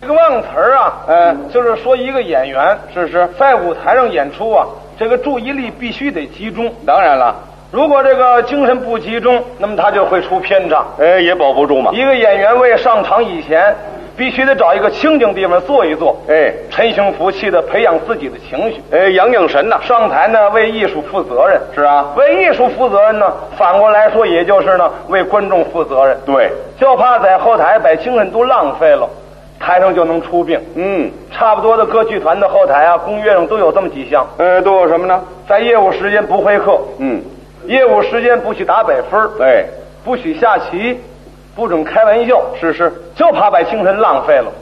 这个忘词儿啊，呃，就是说一个演员哎是是，在舞台上演出啊，这个注意力必须得集中。当然了，如果这个精神不集中，那么他就会出偏差。哎，也保不住嘛。一个演员为上场以前，必须得找一个清静地方坐一坐，哎沉心服气的培养自己的情绪。哎，养养神呐。上台呢，为艺术负责任，是啊为艺术负责任呢，反过来说，也就是呢，为观众负责任。对，就怕在后台把精神都浪费了，台上就能出病。嗯，差不多的歌剧团的后台啊，公约上都有这么几项：呃，都有什么呢？在业务时间不会课，嗯，业务时间不许打百分儿，哎，不许下棋，不准开玩笑，是是，就怕把精神浪费了。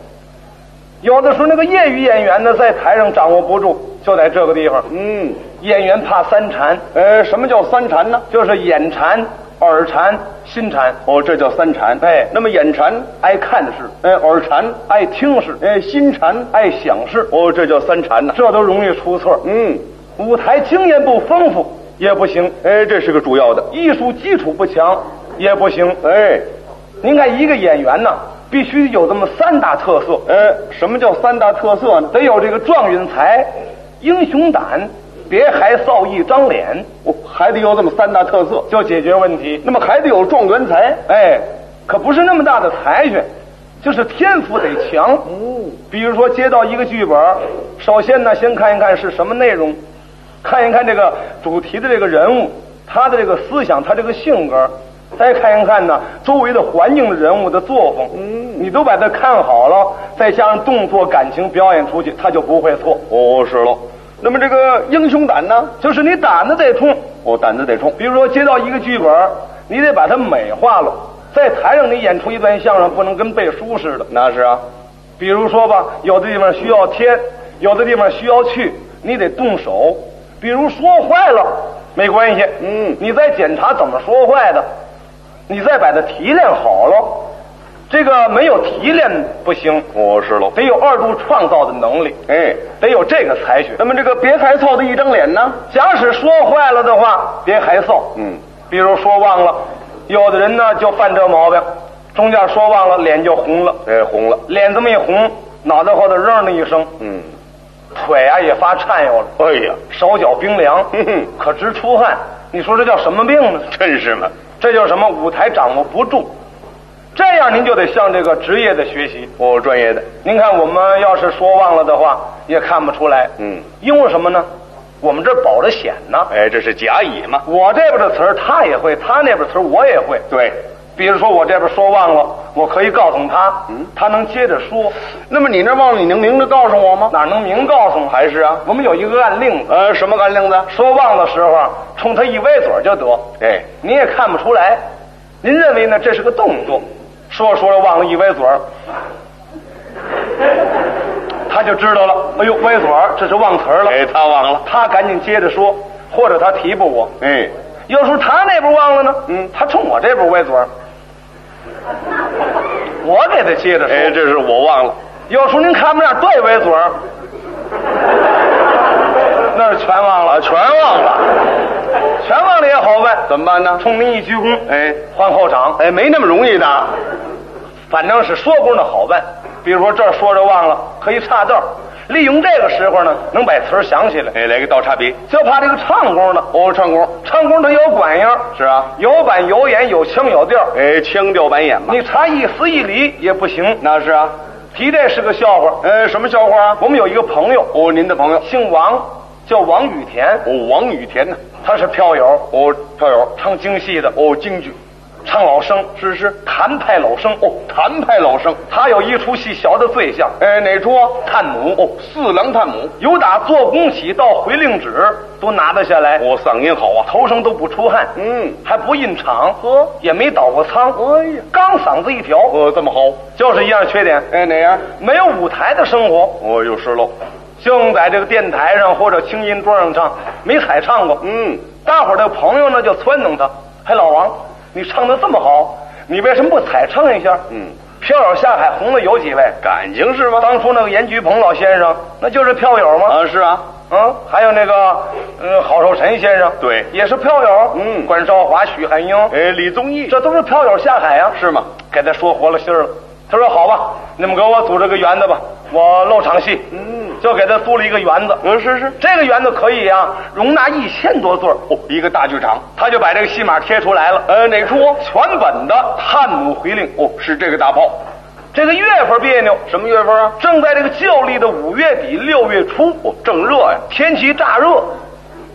有的时候那个业余演员呢，在台上掌握不住，就在这个地方。嗯，演员怕三馋，呃，什么叫三禅呢？就是眼馋、耳馋、心馋，哦，这叫三禅。哎那么眼馋，爱看是，呃，耳禅，爱听是，呃，心禅，爱想是，哦，这叫三禅呐。这都容易出错。嗯，舞台经验不丰富也不行，哎，这是个主要的。艺术基础不强也不行。哎，您看一个演员呢，必须有这么三大特色，呃，什么叫三大特色呢？得有这个壮人才、英雄胆，别还扫一张脸，哦，还得有这么三大特色。就解决问题。那么还得有状元才。哎，可不是那么大的才学，就是天赋得强。哦比如说接到一个剧本，首先呢，先看一看是什么内容，看一看这个主题的这个人物，他的这个思想，他这个性格，再看一看呢周围的环境、人物的作风。嗯，你都把它看好了，再加上动作、感情表演出去，他就不会错。哦，是喽。那么这个英雄胆呢？就是你胆子得冲，哦，胆子得冲。比如说接到一个剧本，你得把它美化了，在台上你演出一段相声，不能跟背书似的。那是啊，比如说吧，有的地方需要添，有的地方需要去，你得动手。比如说坏了没关系，嗯你再检查怎么说坏的，你再把它提炼好了。这个没有提炼不行，哦，是喽。得有二度创造的能力，哎，得有这个才学。那么这个别还凑的一张脸呢？假使说坏了的话，别害臊。嗯，比如说忘了，有的人呢就犯这毛病，中间说忘了，脸就红了，哎，红了。脸这么一红，脑袋后头嚷了一声，嗯，腿啊也发颤悠了，哎呀，手脚冰凉哼哼，可直出汗。你说这叫什么病呢？真是嘛。这叫什么？舞台掌握不住，这样您就得向这个职业的学习。哦，专业的。您看，我们要是说忘了的话，也看不出来。嗯，因为什么呢？我们这保着险呢。哎，这是甲乙嘛。我这边的词儿他也会，他那边词儿我也会。对。比如说我这边说忘了，我可以告诉他，他能接着说，嗯那么你那忘了，你能明着告诉我吗？哪能明告诉我？还是啊？我们有一个按令子，呃，什么干令子？说忘的时候啊冲他一歪嘴儿就得，哎，你也看不出来。您认为呢？这是个动作，说着说着忘了一歪嘴儿，他就知道了。哎呦，歪嘴儿，这是忘词儿了。哎，他忘了。他赶紧接着说，或者他提拨我。哎，有时候他那边忘了呢，嗯他冲我这边歪嘴儿，我给他接着说。哎，这是我忘了。有时候您看不见，对歪嘴 儿，那是全忘了，啊全忘了，全忘了也好办，怎么办呢？冲您一鞠躬，哎换后掌，哎，没那么容易的。反正是说功的好办。比如说这儿说着忘了，可以插道儿，利用这个时候呢，能把词儿想起来。哎，来个倒插笔。就怕这个唱功呢，哦，唱功。唱功它有管样儿，是啊。有板有眼，有腔有调儿，哎，腔调板眼嘛。你差一丝一厘也不行。那是啊。提这是个笑话。呃，什么笑话啊？我们有一个朋友，哦，您的朋友。姓王，叫王雨田，哦，王雨田呢？他是票友，哦，票友。唱京戏的，哦，京剧。唱老生，是是。谭派老生。哦，谭派老生。他有一出戏学的最像，哎，哪出啊？探母。哦，四郎探母。由打做工起到回令旨都拿得下来，哦，嗓音好啊。头上都不出汗，嗯还不印场，呵，也没倒过仓，哎呀，刚嗓子一条，哦，这么好。就是一样缺点，哎，哪样？没有舞台的生活，哦，有失落。净在这个电台上或者轻音桌上唱，没彩唱过，嗯，大伙儿的朋友呢就撺弄他，嘿，老王，你唱的这么好，你为什么不彩唱一下？嗯，票友下海红的有几位？感情是吗？当初那个严菊鹏老先生，那就是票友吗？啊，是啊。嗯，还有那个，嗯，郝寿臣先生，对也是票友。嗯管少华、许汉英，哎，李宗义这都是票友下海呀、是吗？给他说活了心儿了。他说好吧，你们给我组织个园子吧，我露场戏。嗯，就给他租了一个园子，嗯，是是，这个园子可以啊，容纳一千多座儿。哦，一个大剧场，他就把这个戏码贴出来了，呃，哪出？全本的《探母回令》。哦，是这个大炮，这个月份别扭，什么月份啊？正在这个旧历的五月底六月初，哦，正热呀、天气乍热，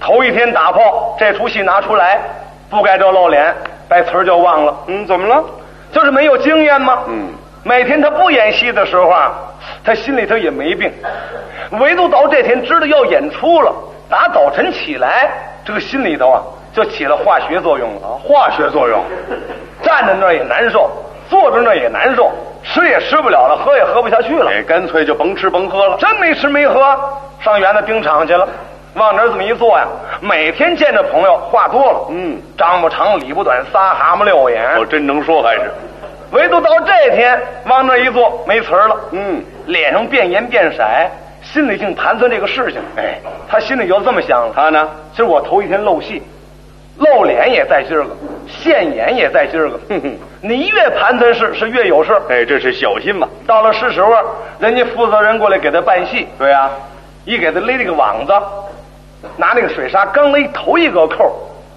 头一天打炮，这出戏拿出来，不该这露脸，把词儿就忘了，嗯，怎么了？就是没有经验嘛。嗯，每天他不演戏的时候啊，他心里头也没病，唯独到这天知道要演出了，打早晨起来，这个心里头啊就起了化学作用了，化学作用。站在那儿也难受，坐着那儿也难受，吃也吃不了了，喝也喝不下去了。哎，干脆就甭吃甭喝了。真没吃没喝，上园子盯场去了。往那儿这么一坐呀，每天见着朋友话多了，嗯，张不长，理不短，仨蛤蟆六眼，我真能说还是？唯独到这天往那儿一坐，没词儿了，嗯，脸上变颜变色，心里净盘算这个事情。哎，他心里就这么想了：他呢？今儿我头一天露戏，露脸也在今儿个，现眼也在今儿个。哼哼你越盘算事，是越有事儿。哎，这是小心吧？到了是时候，啊人家负责人过来给他办戏，对啊呀、一给他勒那个网子，拿那个水沙刚勒头一个扣，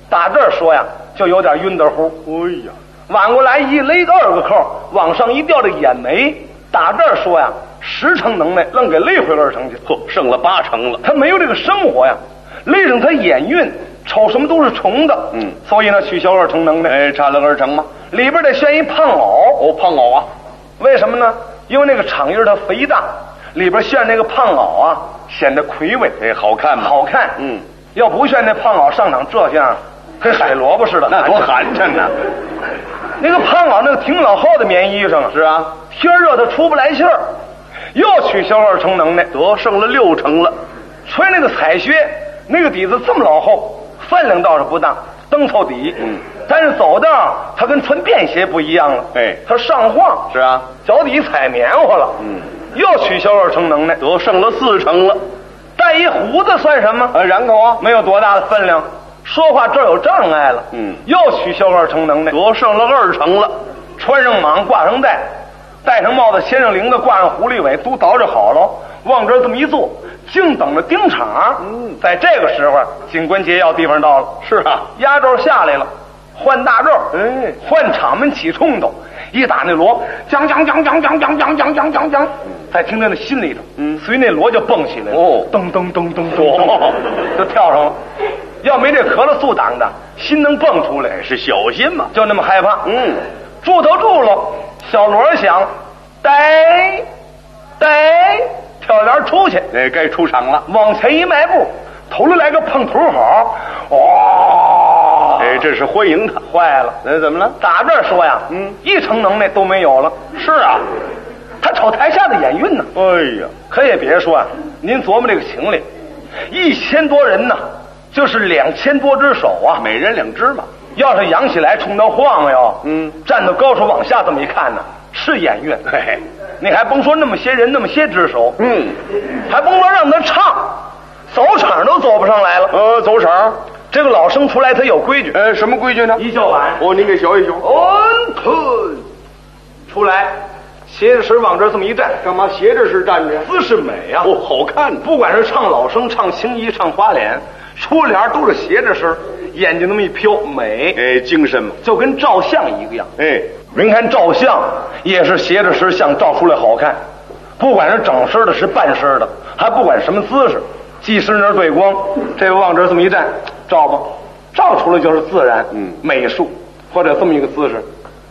打这儿说呀，就有点晕得乎。哎呀，挽过来一勒个二个扣，往上一吊这眼眉，打这儿说呀，十成能耐愣给勒回二成去。呵，剩了八成了。他没有这个生活呀，勒上他眼晕，瞅什么都是重的。嗯所以呢，取消二成能耐，哎，差了二成吗？里边得选一胖袄，哦，胖袄啊，为什么呢？因为那个场印儿它肥大，里边炫那个胖袄啊，显得魁伟。哎，好看吗？好看。嗯，要不炫那胖袄上场这样，跟海萝卜似的，那多寒碜呐！那个胖袄那个挺老厚的棉衣裳啊，是啊，天热他出不来气儿，又取消二成能耐，得剩了六成了。穿那个彩靴，那个底子这么老厚，分量倒是不大，蹬透底。嗯，但是走道他跟穿便鞋不一样了，哎他上晃，是啊，脚底踩棉花了。嗯，又取消二成能耐，得剩了四成了。带一胡子算什么？啊，然后啊，没有多大的分量，说话这儿有障碍了。嗯又取消二成能耐，得剩了二成了。穿上蟒，挂上带，戴上帽子，掀上绫子，挂上狐狸尾，都捯饬好了，往这儿这么一坐，净等着盯场。嗯，在这个时候，警官节要地方到了，是啊，压轴下来了，换大肉，哎，换场们起冲突，一打那锣，将将将将将将将将将将将，再听他那心里头，嗯随那锣就蹦起来了，哦噔噔噔噔噔噔，就跳上了。要没这壳子素挡的，心能蹦出来，是小心嘛。就那么害怕。嗯，住头住了，小锣响，呆呆，挑帘出去，哎，该出场了。往前一迈步，头里来个碰头好，哇！哎，这是欢迎他。坏了，哎，怎么了？打这儿说呀，嗯一成能耐都没有了。是啊。他瞅台下的眼运呢，哎呀，可也别说啊，您琢磨这个情理，一千多人呢，就是两千多只手啊，每人两只嘛。要是扬起来冲那晃悠，嗯站到高处往下这么一看呢，是眼运。嘿嘿，你还甭说那么些人那么些只手，嗯，还甭说让他唱，走场都走不上来了。呃，走场。这个老生出来他有规矩，呃，什么规矩呢？一叫板，哦，您给学一学。嗯，吞，出来，斜着身往这儿这么一站，干嘛斜着是站着？姿势美啊！哦，好看呢。不管是唱老生、唱青衣、唱花脸，出帘都是斜着身，眼睛那么一飘，美，哎，精神嘛。就跟照相一个样。哎，您看照相也是斜着身相照出来好看，不管是整身的，是半身的，还不管什么姿势，即使那儿对光，这位往这儿这么一站，照吧，照出来就是自然，嗯美术或者这么一个姿势，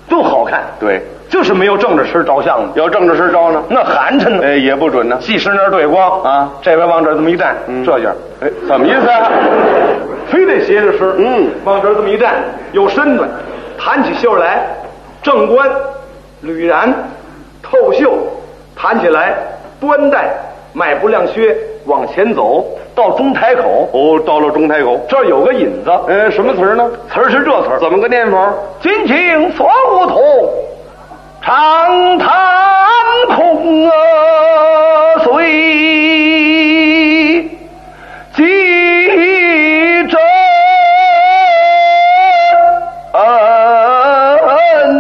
都好看，对，就是没有正着身照相的，要正着身照呢，那寒碜呢。哎，也不准呢。即使那儿对光啊这位往这儿这么一站，这样，哎，怎么意思啊？非得斜着身，嗯，往这儿这么一站，有身子，弹起袖来，正官，吕然，透袖，弹起来，端带，迈不亮靴，往前走，到中台口，哦，到了中台口。这儿有个引子，呃，什么词儿呢？词儿是这词儿，怎么个念法？金青锁梧桐，长叹空啊随几枕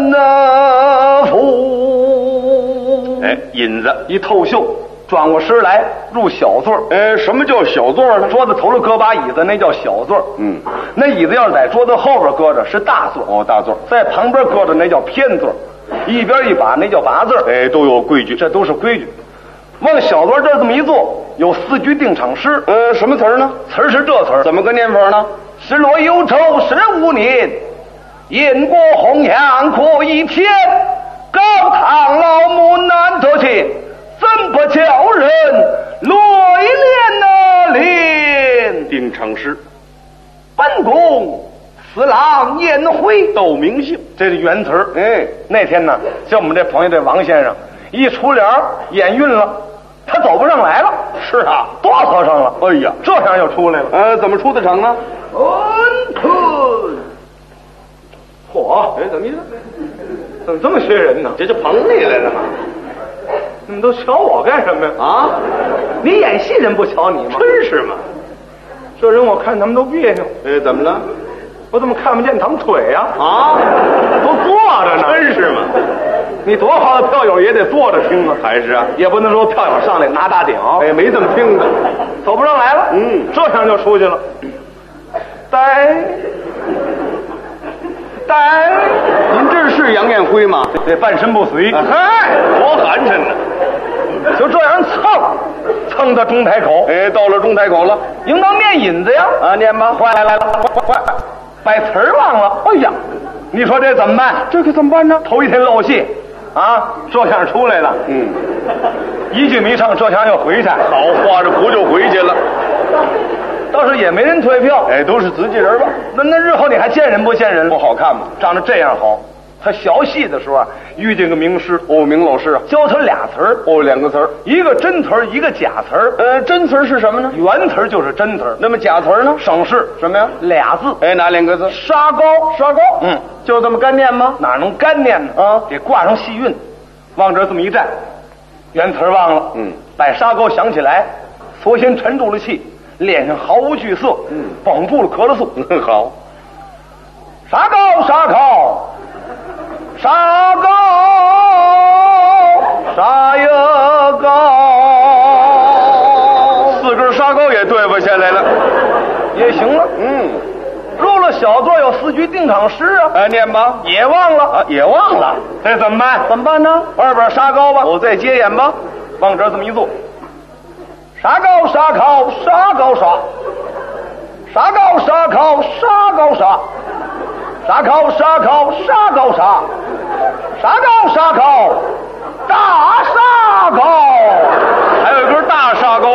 呐抚。人，哎引子。一透袖，转过身来入小座儿。呃，什么叫小座呢？桌子头上搁把椅子，那叫小座儿。嗯，那椅子要是在桌子后边搁着是大座儿，哦，大座。在旁边搁着那叫偏座儿，一边一把那叫拔字儿。哎，都有规矩。这都是规矩。往小桌这儿这么一坐，有四句定场诗，呃，什么词儿呢？词儿是这词儿：怎么个念法呢？十罗忧愁十五年，雁过红墙可一天。高堂老母难得见，怎不叫人泪涟啊涟？定场诗，本宫四郎宴会，道明姓。这是原词儿。哎，那天呢，叫我们这朋友这王先生一出帘儿眼晕了，他走不上来了。是啊，哆嗦上了。哎呀，这样就出来了。呃，怎么出的场呢？恩吞，嚯，哎，怎么意思？怎么这么些人呢？这就棚里来了嘛？你们都瞧我干什么呀？啊，你演戏人不瞧你吗？真是嘛？这人我看他们都别扭，哎，怎么了？我怎么看不见他们腿呀、啊，都坐着呢。真是嘛？你多好的票友也得坐着听啊，还是啊？也不能说票友上来拿大顶。哎，没这么听的。走不上来了，嗯这样就出去了。呆，呆，您这是杨艳辉吗？这半身不遂，嗨，多寒碜呢！哎就这样蹭，蹭到中台口，哎，到了中台口了，应当念引子呀。啊，念吧，坏来来了，坏坏，把词儿忘了。哎呀，你说这怎么办？这可怎么办呢？头一天漏戏，啊，这样出来了，嗯，一句没唱，这样又回去，好，画着符就回去了。倒是也没人退票。哎，都是自己人吧？那那日后你还见人不见人？不好看嘛。长得这样好。他学戏的时候啊，遇见个名师，哦，明老师啊，教他俩词儿，哦，两个词儿。一个真词儿，一个假词儿。呃，真词儿是什么呢？原词儿就是真词儿，那么假词儿呢？省事什么呀？俩字，哎，哪两个字？沙高，沙高。嗯，就这么干念吗？哪能干念呢？啊得挂上戏韵，往这儿这么一站，原词儿忘了，嗯，把沙高想起来，索性沉住了气，脸上毫无惧色，嗯，绷住了咳了嗽， 好，沙高，沙高，沙高，沙呀高，四根沙高也对付下来了。也行了。嗯，入了小座有四句定场诗啊，哎，念吧。也忘了啊，也忘了。这怎么办？怎么办呢？二本沙高吧，我再接演吧。往这儿这么一坐，沙高沙高沙高沙，沙高沙高沙高沙，沙高沙高沙高沙，沙高沙高大沙高，还有一根大沙高，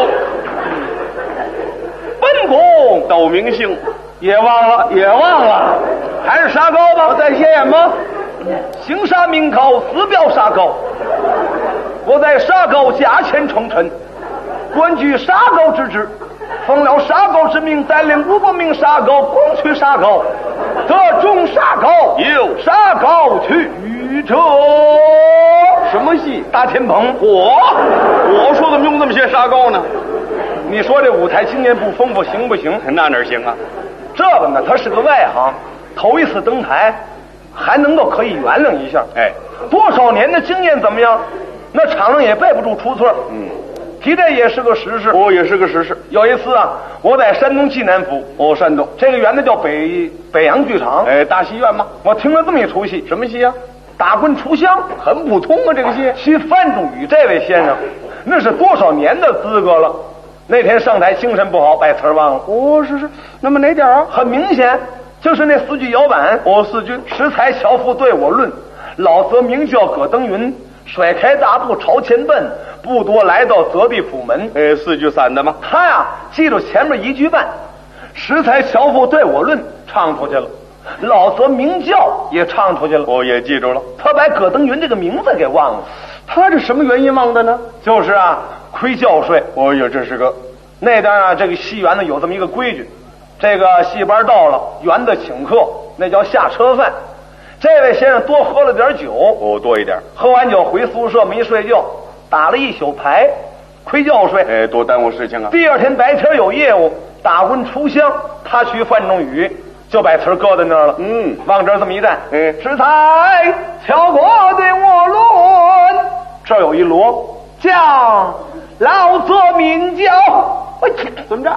本宫道明姓。也忘了也忘了，还是沙高吧，我再歇眼吧。行沙名高，死表沙高，我在沙高驾前称臣，官居沙高之职，奉了沙高之命，带领五百名沙高攻取沙高，得中沙高，哟沙高去者。什么戏？搭天棚，我，我说怎么用这么些沙膏呢？你说这舞台经验不丰富行不行？那哪行啊？这个呢，他是个外行，头一次登台，还能够可以原谅一下。哎，多少年的经验怎么样？那场上也备不住出错。嗯，提这也是个实事。哦我也是个实事。有一次啊，我在山东济南府，哦，山东，这个园子叫北北洋剧场。哎，大戏院嘛，我听了这么一出戏，什么戏啊？打棍除香，很普通啊，这个戏。其范仲宇这位先生，那是多少年的资格了。那天上台精神不好，把词儿忘了。哦，是是。那么哪点啊？很明显，就是那四句摇板。哦，四句。食材樵夫对我论，老则名叫葛登云，甩开大步朝前奔，不多来到泽地府门。哎，四句散的吗？他呀、记住前面一句半，食材樵夫对我论唱出去了，老则名叫也唱出去了，我哦也记住了。他把葛登云这个名字给忘了。他这什么原因忘的呢？就是啊，亏教税。哦哟，这是个那边啊，这个戏园子有这么一个规矩，这个戏班到了，园子请客，那叫下车饭。这位先生多喝了点酒，哦，多一点。喝完酒回宿舍没睡觉，打了一宿牌，亏觉睡。哎，多耽误事 情啊。第二天白天有业务，打棍出香，他去范仲宇就把词儿搁在那儿了。嗯哎往这儿这么一站，嗯食材敲过对我论，这儿有一锣，叫老作敏教。哎呀，怎么着？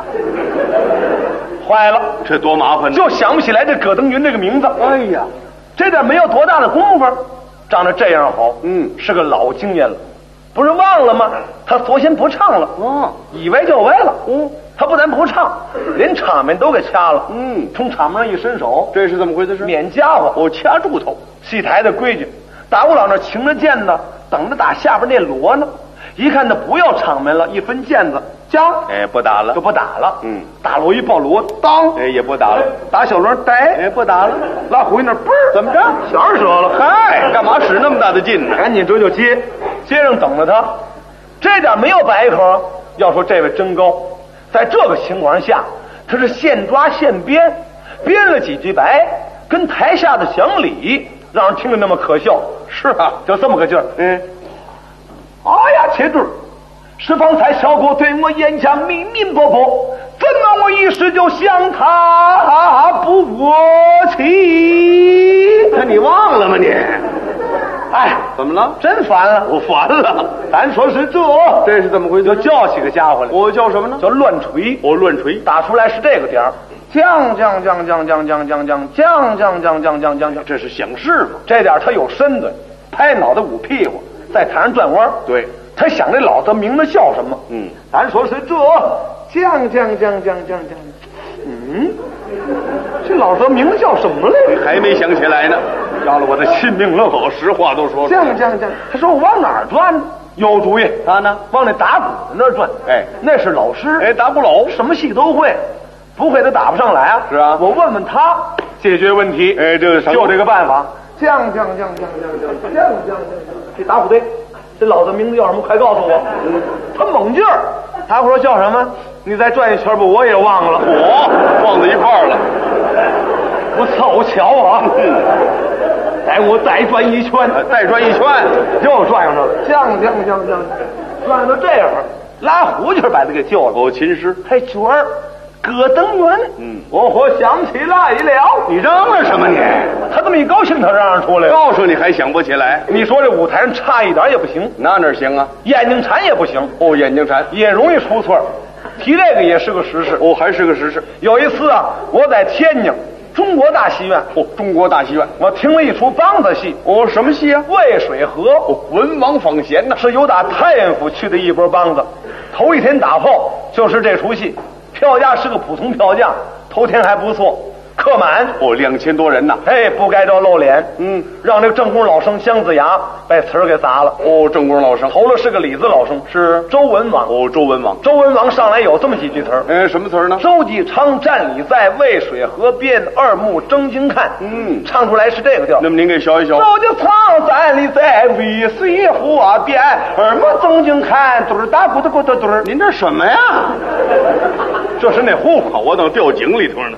坏了，这多麻烦呢！就想不起来这葛登云这个名字。哎呀，这点没有多大的功夫，长得这样好，嗯是个老经验了。不是忘了吗？他昨天不唱了，哦，以为就为了，嗯，他不但不唱，连场面都给掐了，嗯从场面上一伸手，这是怎么回事？免家伙，哦，掐住头，戏台的规矩，打鼓佬那擎着剑呢，等着打下边那锣呢。一看他不要场面了，一分毽子，将哎，不打了就，不打了。嗯，打锣一报锣，当哎，也不打了，打小锣，呆哎，不打了，拉回那儿，嘣儿怎么着响儿折了，嗨，干嘛使那么大的劲呢？赶紧追就接，接上等着他。这点没有白口，要说这位真高，在这个情况下，他是现抓现编，编了几句白，跟台下的讲理，让人听着那么可笑。是啊，就这么个劲儿。嗯，哎呀，且主，是方才小狗对我言讲明明白白，怎么我一时就想他不过气？那你忘了吗你？哎，怎么了？真烦了！我烦了，咱说是这，这是怎么回就事？叫起个家伙来，我叫什么呢？叫乱锤，我乱锤，打出来是这个点儿，降降降降降降降降降降降降降降降，这是响式嘛？这点儿他有身子，拍脑袋捂屁股，在台上转弯儿。对，他想这老子名字叫什么？嗯，咱说是这降降降降降降，嗯，这老子名字叫什么来着？还没想起来呢，要了我的性命了！我实话都说了，降降降，他说我往哪儿转呢？有主意，他呢？往那打鼓的那儿转。哎那是老师，哎，打不老，什么戏都会，不会他打不上来啊。是啊我问问他，解决问题。哎，这是什么就这个办法，降降降降降降降降降，这打虎队，这老子名字叫什么？快告诉我！嗯他猛劲儿，打虎说叫什么？你再转一圈吧，我也忘嗯了。我放在一块儿了，我凑巧啊！ 哎，我再转一圈，嗯呃再转一圈， 又转上了，降降降降，转到这样儿，拉胡琴儿把他给救了。哦，琴师，还角儿，葛登云，嗯我活想起来了。你嚷嚷什么你？他这么一高兴，他嚷嚷出来了。告诉你还想不起来，你说这舞台上差一点也不行，那哪行啊？眼睛馋也不行，哦，眼睛馋，也容易出错儿。提这个也是个实事。哦，还是个实事。有一次啊，我在天津中国大戏院，哦，中国大戏院，我听了一出梆子戏哦，什么戏啊？ 《渭水河》，哦，文王访贤呐。是由打太原府去的一波梆子。头一天打炮就是这出戏，票价是个普通票价，头天还不错，客满。哦，两千多人呐。哎，不该着露脸，嗯，让这个正宫老生姜子牙把词儿给砸了。哦，正宫老生。头了是个李子老生，是周文王。哦，周文王。周文王上来有这么几句词儿：呃，什么词儿呢？周济昌占里在，渭水河边二目争金看。嗯唱出来是这个调那。么您给学一学。周济昌占里在，渭水河边二目争金看，嘟儿打咕嘟咕嘟嘟儿。您这什么呀？这是哪户口？我等掉井里头呢。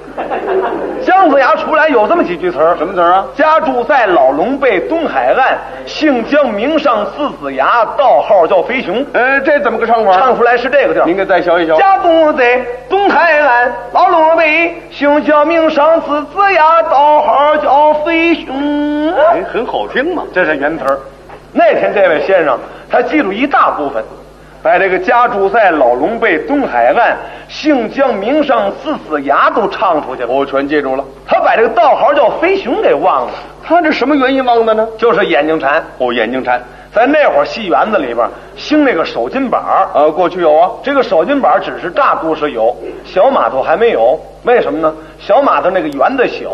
姜子牙出来有这么几句词儿：什么词儿啊？家住在老龙背东海岸，姓姜名尚字子牙，道号叫飞熊。呃，这怎么个唱法？唱出来是这个调。您给再学一学。家住在东海岸老龙背，姓叫名上字子牙，道号叫飞熊。哎，很好听嘛。这是原词儿。那天这位先生他记住一大部分，把这个家住在老龙背东海岸，姓姜名上字子牙都唱出去了。我全记住了。他把这个道号叫飞熊给忘了，他这什么原因忘的呢？就是眼睛馋。哦，眼睛馋。在那会儿戏园子里边兴那个手巾板儿，呃，过去有啊。这个手巾板只是大都市有，小码头还没有。为什么呢？小码头那个圆的小，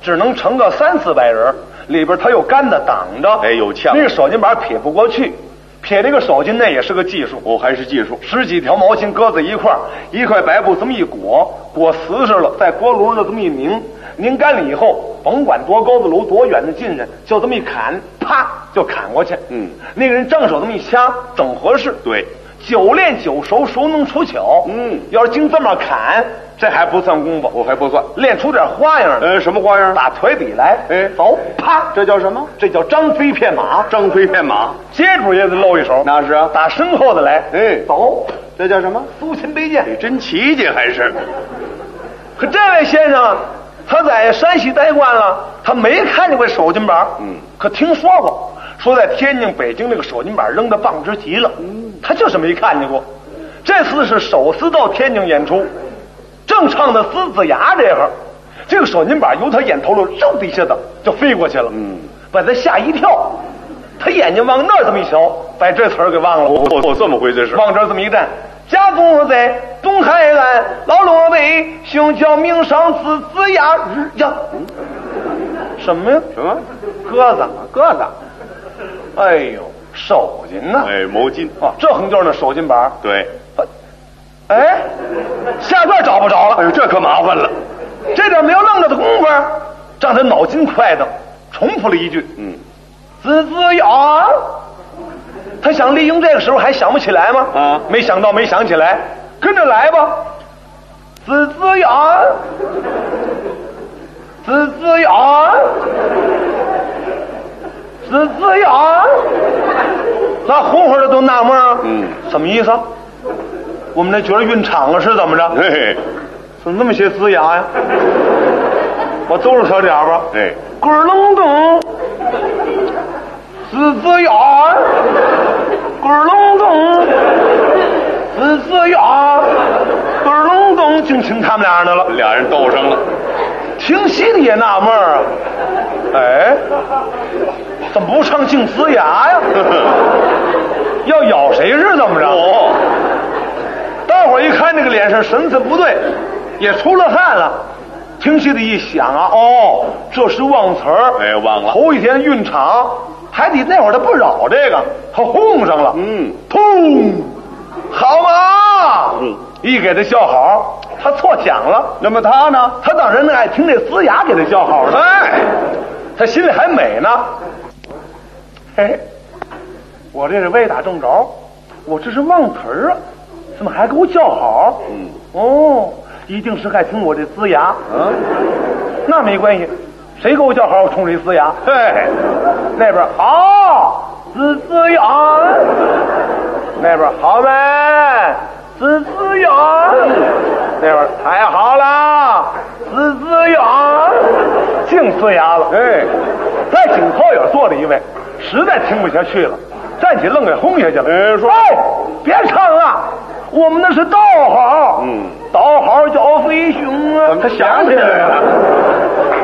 只能盛个三四百人儿，里边它有杆子挡着，哎有呛那个手巾板撇不过去，撇这个手巾那也是个技术。哦，还是技术。十几条毛巾搁在一块儿，一块白布这么一裹，裹瓷实了，在锅炉上这么一拧，拧干了以后，甭管多高的炉多远的近人，就这么一砍，啪就砍过去。嗯，那个人正手这么一掐，整合适。对，久练久熟，熟能出巧。嗯要是经这么砍，这还不算功夫，哦我还不算。练出点花样来，呃，什么花样？打腿底来，哎走，啪，这叫什么？这叫张飞骗马，张飞骗马。接主也得露一手，那是啊。打身后的来，哎，走，这叫什么？苏秦背剑。真奇迹还是？可这位先生，他在山西待惯了，他没看见过手巾板。嗯，可听说过说在天津、北京那个手巾板扔的棒之极了，他就是没看见过。这次是首次到天津演出，正唱的《狮子牙》这会儿，这个手巾板由他眼头了肉底下的就飞过去了，把他吓一跳。他眼睛往那儿这么一瞧，把这词儿给忘了。哦，哦这么回事是？往这儿这么一站，家住在东海岸老罗北，姓叫名商，字子牙日呀。什么呀？什么？鸽子，鸽子。哎呦，手巾呐、哎，毛巾。啊，这横就是那手巾板儿。对。哎，下边找不着了。哎呦，这可麻烦了。这点没有愣着的功夫，啊让他脑筋快的重复了一句：“嗯，子子呀。”他想利用这个时候还想不起来吗？啊没想到没想起来，跟着来吧。子子呀，子子呀，子子呀，那红红的都纳闷儿，嗯，什么意思啊？我们这觉得运场了是怎么着？嘿嘿，怎么那么些呲牙呀？ 我都是小点儿吧？哎，咯楞咚，呲呲牙，咯楞咚，呲呲牙，咯楞咚，净听他们俩人的了。俩人斗上了。 听戏的也纳闷儿啊，哎，怎么不唱净呲牙呀？要咬谁是怎么着？哦，大伙儿一看这个脸上神色不对，也出了汗了。听戏的一想啊，哦，这是忘词儿，哎忘了头一天运场，还得那会儿他不扰这个，他哄上了，嗯，通，好嘛，嗯，一给他叫好，他错响了。那么他呢？他当然爱听这呲牙给他叫好了，哎，他心里还美呢。嘿，我这是歪打正着，我这是忘词儿啊，怎么还给我叫好？嗯，哦，一定是爱听我这呲牙。嗯，那没关系，谁给我叫好，我冲谁呲牙。嘿，那边哦好，呲呲牙。那边好呗，呲呲牙。那边太好了，呲呲牙，净呲牙了。哎，在井靠眼坐着一位，实在听不下去了，站起愣给轰下去了。哎说哎，别唱了，我们那是道好，嗯，道好叫飞熊啊。怎么想起来了？